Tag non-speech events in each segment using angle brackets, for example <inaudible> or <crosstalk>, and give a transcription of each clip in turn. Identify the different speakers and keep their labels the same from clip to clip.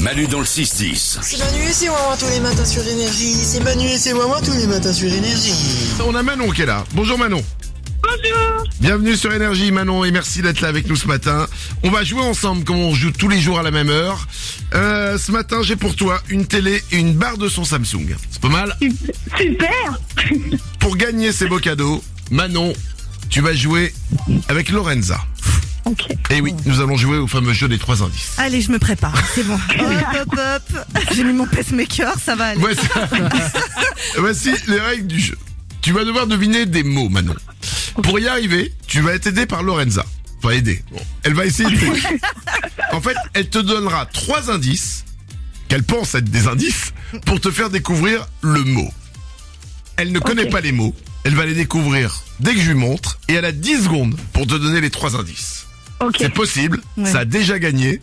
Speaker 1: Manu dans le 6-10.
Speaker 2: C'est Manu et c'est Wawa tous les matins sur Énergie. C'est Manu et c'est Wawa tous les matins sur Énergie.
Speaker 3: On a Manon qui est là. Bonjour Manon.
Speaker 4: Bonjour
Speaker 3: Bienvenue sur Énergie Manon et merci d'être là avec nous ce matin. On va jouer ensemble comme on joue tous les jours à la même heure. Euh, ce matin j'ai pour toi une télé et une barre de son Samsung. C'est pas mal.
Speaker 4: Super
Speaker 3: Pour gagner ces beaux cadeaux, Manon, tu vas jouer avec Lorenza.
Speaker 4: Ok.
Speaker 3: Et oui, nous allons jouer au fameux jeu des trois indices.
Speaker 5: Allez, je me prépare, c'est <laughs> bon. Hop, hop, hop. J'ai mis mon pacemaker, ça va aller.
Speaker 3: Voici, voici les règles du jeu. Tu vas devoir deviner des mots, Manon. Pour y arriver, tu vas être aidé par Lorenza. Enfin, aidé. Bon, Elle va essayer de t'aider. En fait, elle te donnera trois indices, qu'elle pense être des indices, pour te faire découvrir le mot. Elle ne connaît pas les mots. Elle va les découvrir dès que je lui montre. Et elle a 10 secondes pour te donner les trois indices.
Speaker 4: Ok.
Speaker 3: C'est possible,
Speaker 5: Ouais.
Speaker 3: ça a déjà gagné.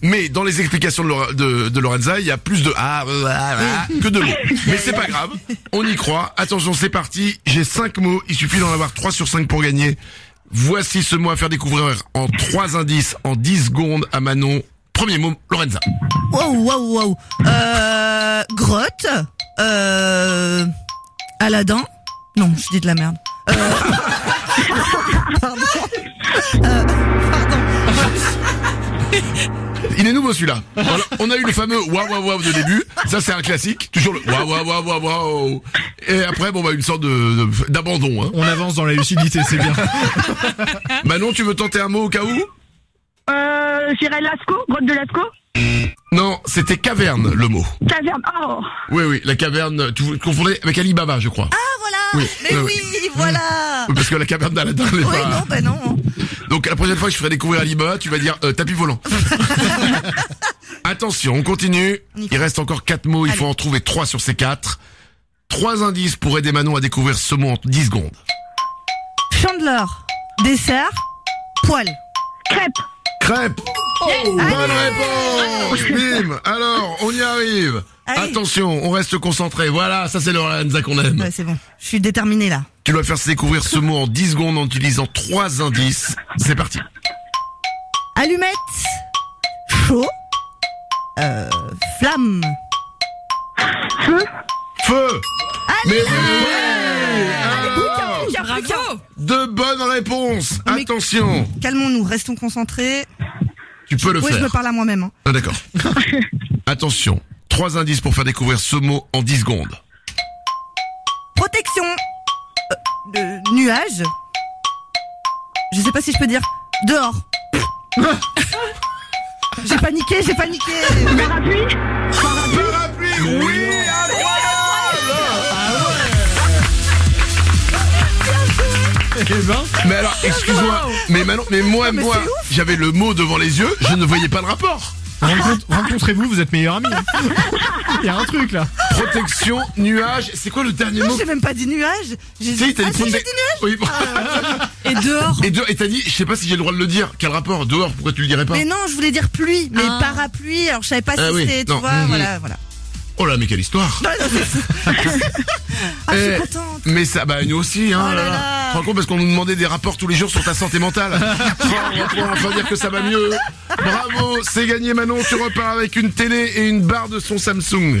Speaker 3: Mais dans les explications de, Lora- de- de Lorenza, il y a plus de ah, euh, ah, ah que de mots. Mais c'est pas grave, on y croit. Attention, c'est parti. J'ai cinq mots, il suffit d'en avoir trois sur cinq pour gagner. Voici ce mot à faire découvrir en trois indices en 10 secondes à Manon. Premier mot, Lorenza.
Speaker 5: Wow, wow, wow. Euh, grotte. Euh, Aladdin. Non, je dis de la merde. Euh, pardon. Euh, pardon.
Speaker 3: Il est nouveau celui-là. Voilà, on a eu le fameux waouh waouh waouh de début. Ça c'est un classique. Toujours le waouh waouh waouh waouh waouh. Et après bon bah une sorte de de- d'abandon. hein.
Speaker 6: On avance dans la lucidité, c'est bien.
Speaker 3: <laughs> Manon, tu veux tenter un mot au cas où
Speaker 4: Euh, j'irai Lascaux, grotte de Lascaux
Speaker 3: Non, c'était caverne le mot.
Speaker 4: Caverne. Oh
Speaker 3: Oui, oui, la caverne, tu vous confondez avec Alibaba, je crois.
Speaker 5: Ah, voilà.
Speaker 3: Oui,
Speaker 5: Mais
Speaker 3: euh,
Speaker 5: oui, voilà.
Speaker 3: Parce que la caverne d'Aladin, elle est
Speaker 5: Oui,
Speaker 3: pas-
Speaker 5: non, bah non.
Speaker 3: Donc la prochaine fois que je ferai découvrir Alibaba, tu vas dire euh, tapis volant. Attention, on continue. Il reste encore quatre mots, il faut en trouver trois sur ces quatre. Trois indices pour aider Manon à découvrir ce mot en 10 secondes.
Speaker 5: Chandler. Dessert. Poil.
Speaker 4: Crêpe
Speaker 3: Crêpe Bonne réponse Bim Alors, on y arrive.
Speaker 5: Allez.
Speaker 3: Attention, on reste concentré. Voilà, ça c'est le Lorenza qu'on aime.
Speaker 5: Ouais, c'est bon. Je suis déterminée là.
Speaker 3: Tu dois faire découvrir ce mot en 10 secondes en utilisant trois indices. C'est parti.
Speaker 5: Allumette. Chaud. Euh, flamme.
Speaker 3: Feu Mais oui Alors,
Speaker 5: Bravo.
Speaker 3: De bonnes réponses
Speaker 5: Mais-
Speaker 3: Attention
Speaker 5: Calmons-nous, restons concentrés.
Speaker 3: Tu peux le
Speaker 5: Oui, je me
Speaker 3: faire.
Speaker 5: parle à moi-même. hein.
Speaker 3: Ah,
Speaker 5: <laughs>
Speaker 3: D'accord. Attention. Trois indices pour faire découvrir ce mot en 10 secondes.
Speaker 5: Protection. Euh, euh, nuage. Je sais pas si je peux dire
Speaker 3: <laughs>
Speaker 5: dehors. j'ai paniqué,
Speaker 3: <laughs>
Speaker 5: j'ai paniqué.
Speaker 4: Parapluie
Speaker 3: Parapluie, oui
Speaker 6: Eh ben,
Speaker 3: Mais alors, excuse-moi, mais Manon, mais moi,
Speaker 5: mais
Speaker 3: moi,
Speaker 5: c'est
Speaker 3: j'avais le mot devant les yeux, je ne voyais pas le rapport.
Speaker 6: rencontre- rencontrez-vous, vous êtes meilleurs amis. hein. <laughs> Il y a un truc là.
Speaker 3: Protection, nuage, c'est quoi le dernier mot
Speaker 5: J'ai même pas dit nuage. J'ai
Speaker 3: Si, t'as
Speaker 5: Ah,
Speaker 3: dit
Speaker 5: si, j'ai
Speaker 3: prote-
Speaker 5: dit nuage. Ah.
Speaker 3: Oui, bon.
Speaker 5: Et dehors.
Speaker 3: Et de- et t'as dit, je sais pas si j'ai le droit de le dire. Quel rapport Dehors, pourquoi tu le dirais pas
Speaker 5: Mais non, je voulais dire pluie, mais parapluie. Alors je savais pas
Speaker 3: Ah
Speaker 5: si
Speaker 3: oui,
Speaker 5: c'était, tu
Speaker 3: non,
Speaker 5: vois,
Speaker 3: mhm.
Speaker 5: voilà, voilà.
Speaker 3: Oh là, mais quelle histoire <laughs>
Speaker 5: Ah, je
Speaker 3: Eh,
Speaker 5: suis contente.
Speaker 3: Mais ça, bah nous aussi, hein.
Speaker 5: Oh là
Speaker 3: là, là.
Speaker 5: là.
Speaker 3: Tu te rends compte parce qu'on nous demandait des rapports tous les jours sur ta santé
Speaker 5: <laughs>
Speaker 3: mentale. Bon, on va pouvoir enfin dire que ça va mieux. Bravo, c'est gagné Manon, tu repars avec une télé et une barre de son Samsung.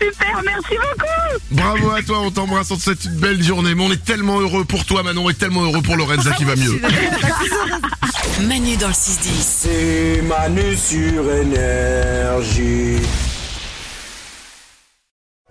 Speaker 4: Super, merci beaucoup
Speaker 3: Bravo à toi, on t'embrasse, on te souhaite une belle journée. Mais on est tellement heureux pour toi Manon et tellement heureux pour Lorenza qui va mieux.
Speaker 7: Manu dans le 6-10.
Speaker 2: C'est Manu sur Énergie.